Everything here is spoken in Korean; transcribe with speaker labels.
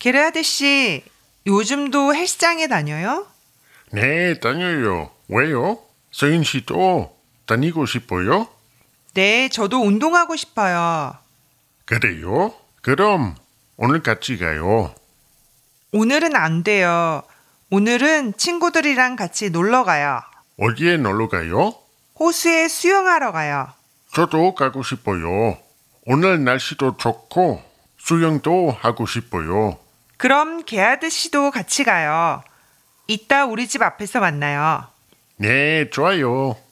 Speaker 1: 게라드 씨, 요즘도 헬스장에 다녀요?
Speaker 2: 네, 다녀요. 왜요? 서인 씨도 다니고 싶어요?
Speaker 1: 네, 저도 운동하고 싶어요.
Speaker 2: 그래요? 그럼 오늘 같이 가요.
Speaker 1: 오늘은 안 돼요. 오늘은 친구들이랑 같이 놀러 가요.
Speaker 2: 어디에 놀러 가요?
Speaker 1: 호수에 수영하러 가요.
Speaker 2: 저도 가고 싶어요. 오늘 날씨도 좋고 수영도 하고 싶어요.
Speaker 1: 그럼 게라드 씨도 같이 가요. 이따 우리 집 앞에서 만나요.
Speaker 2: 네, 좋아요.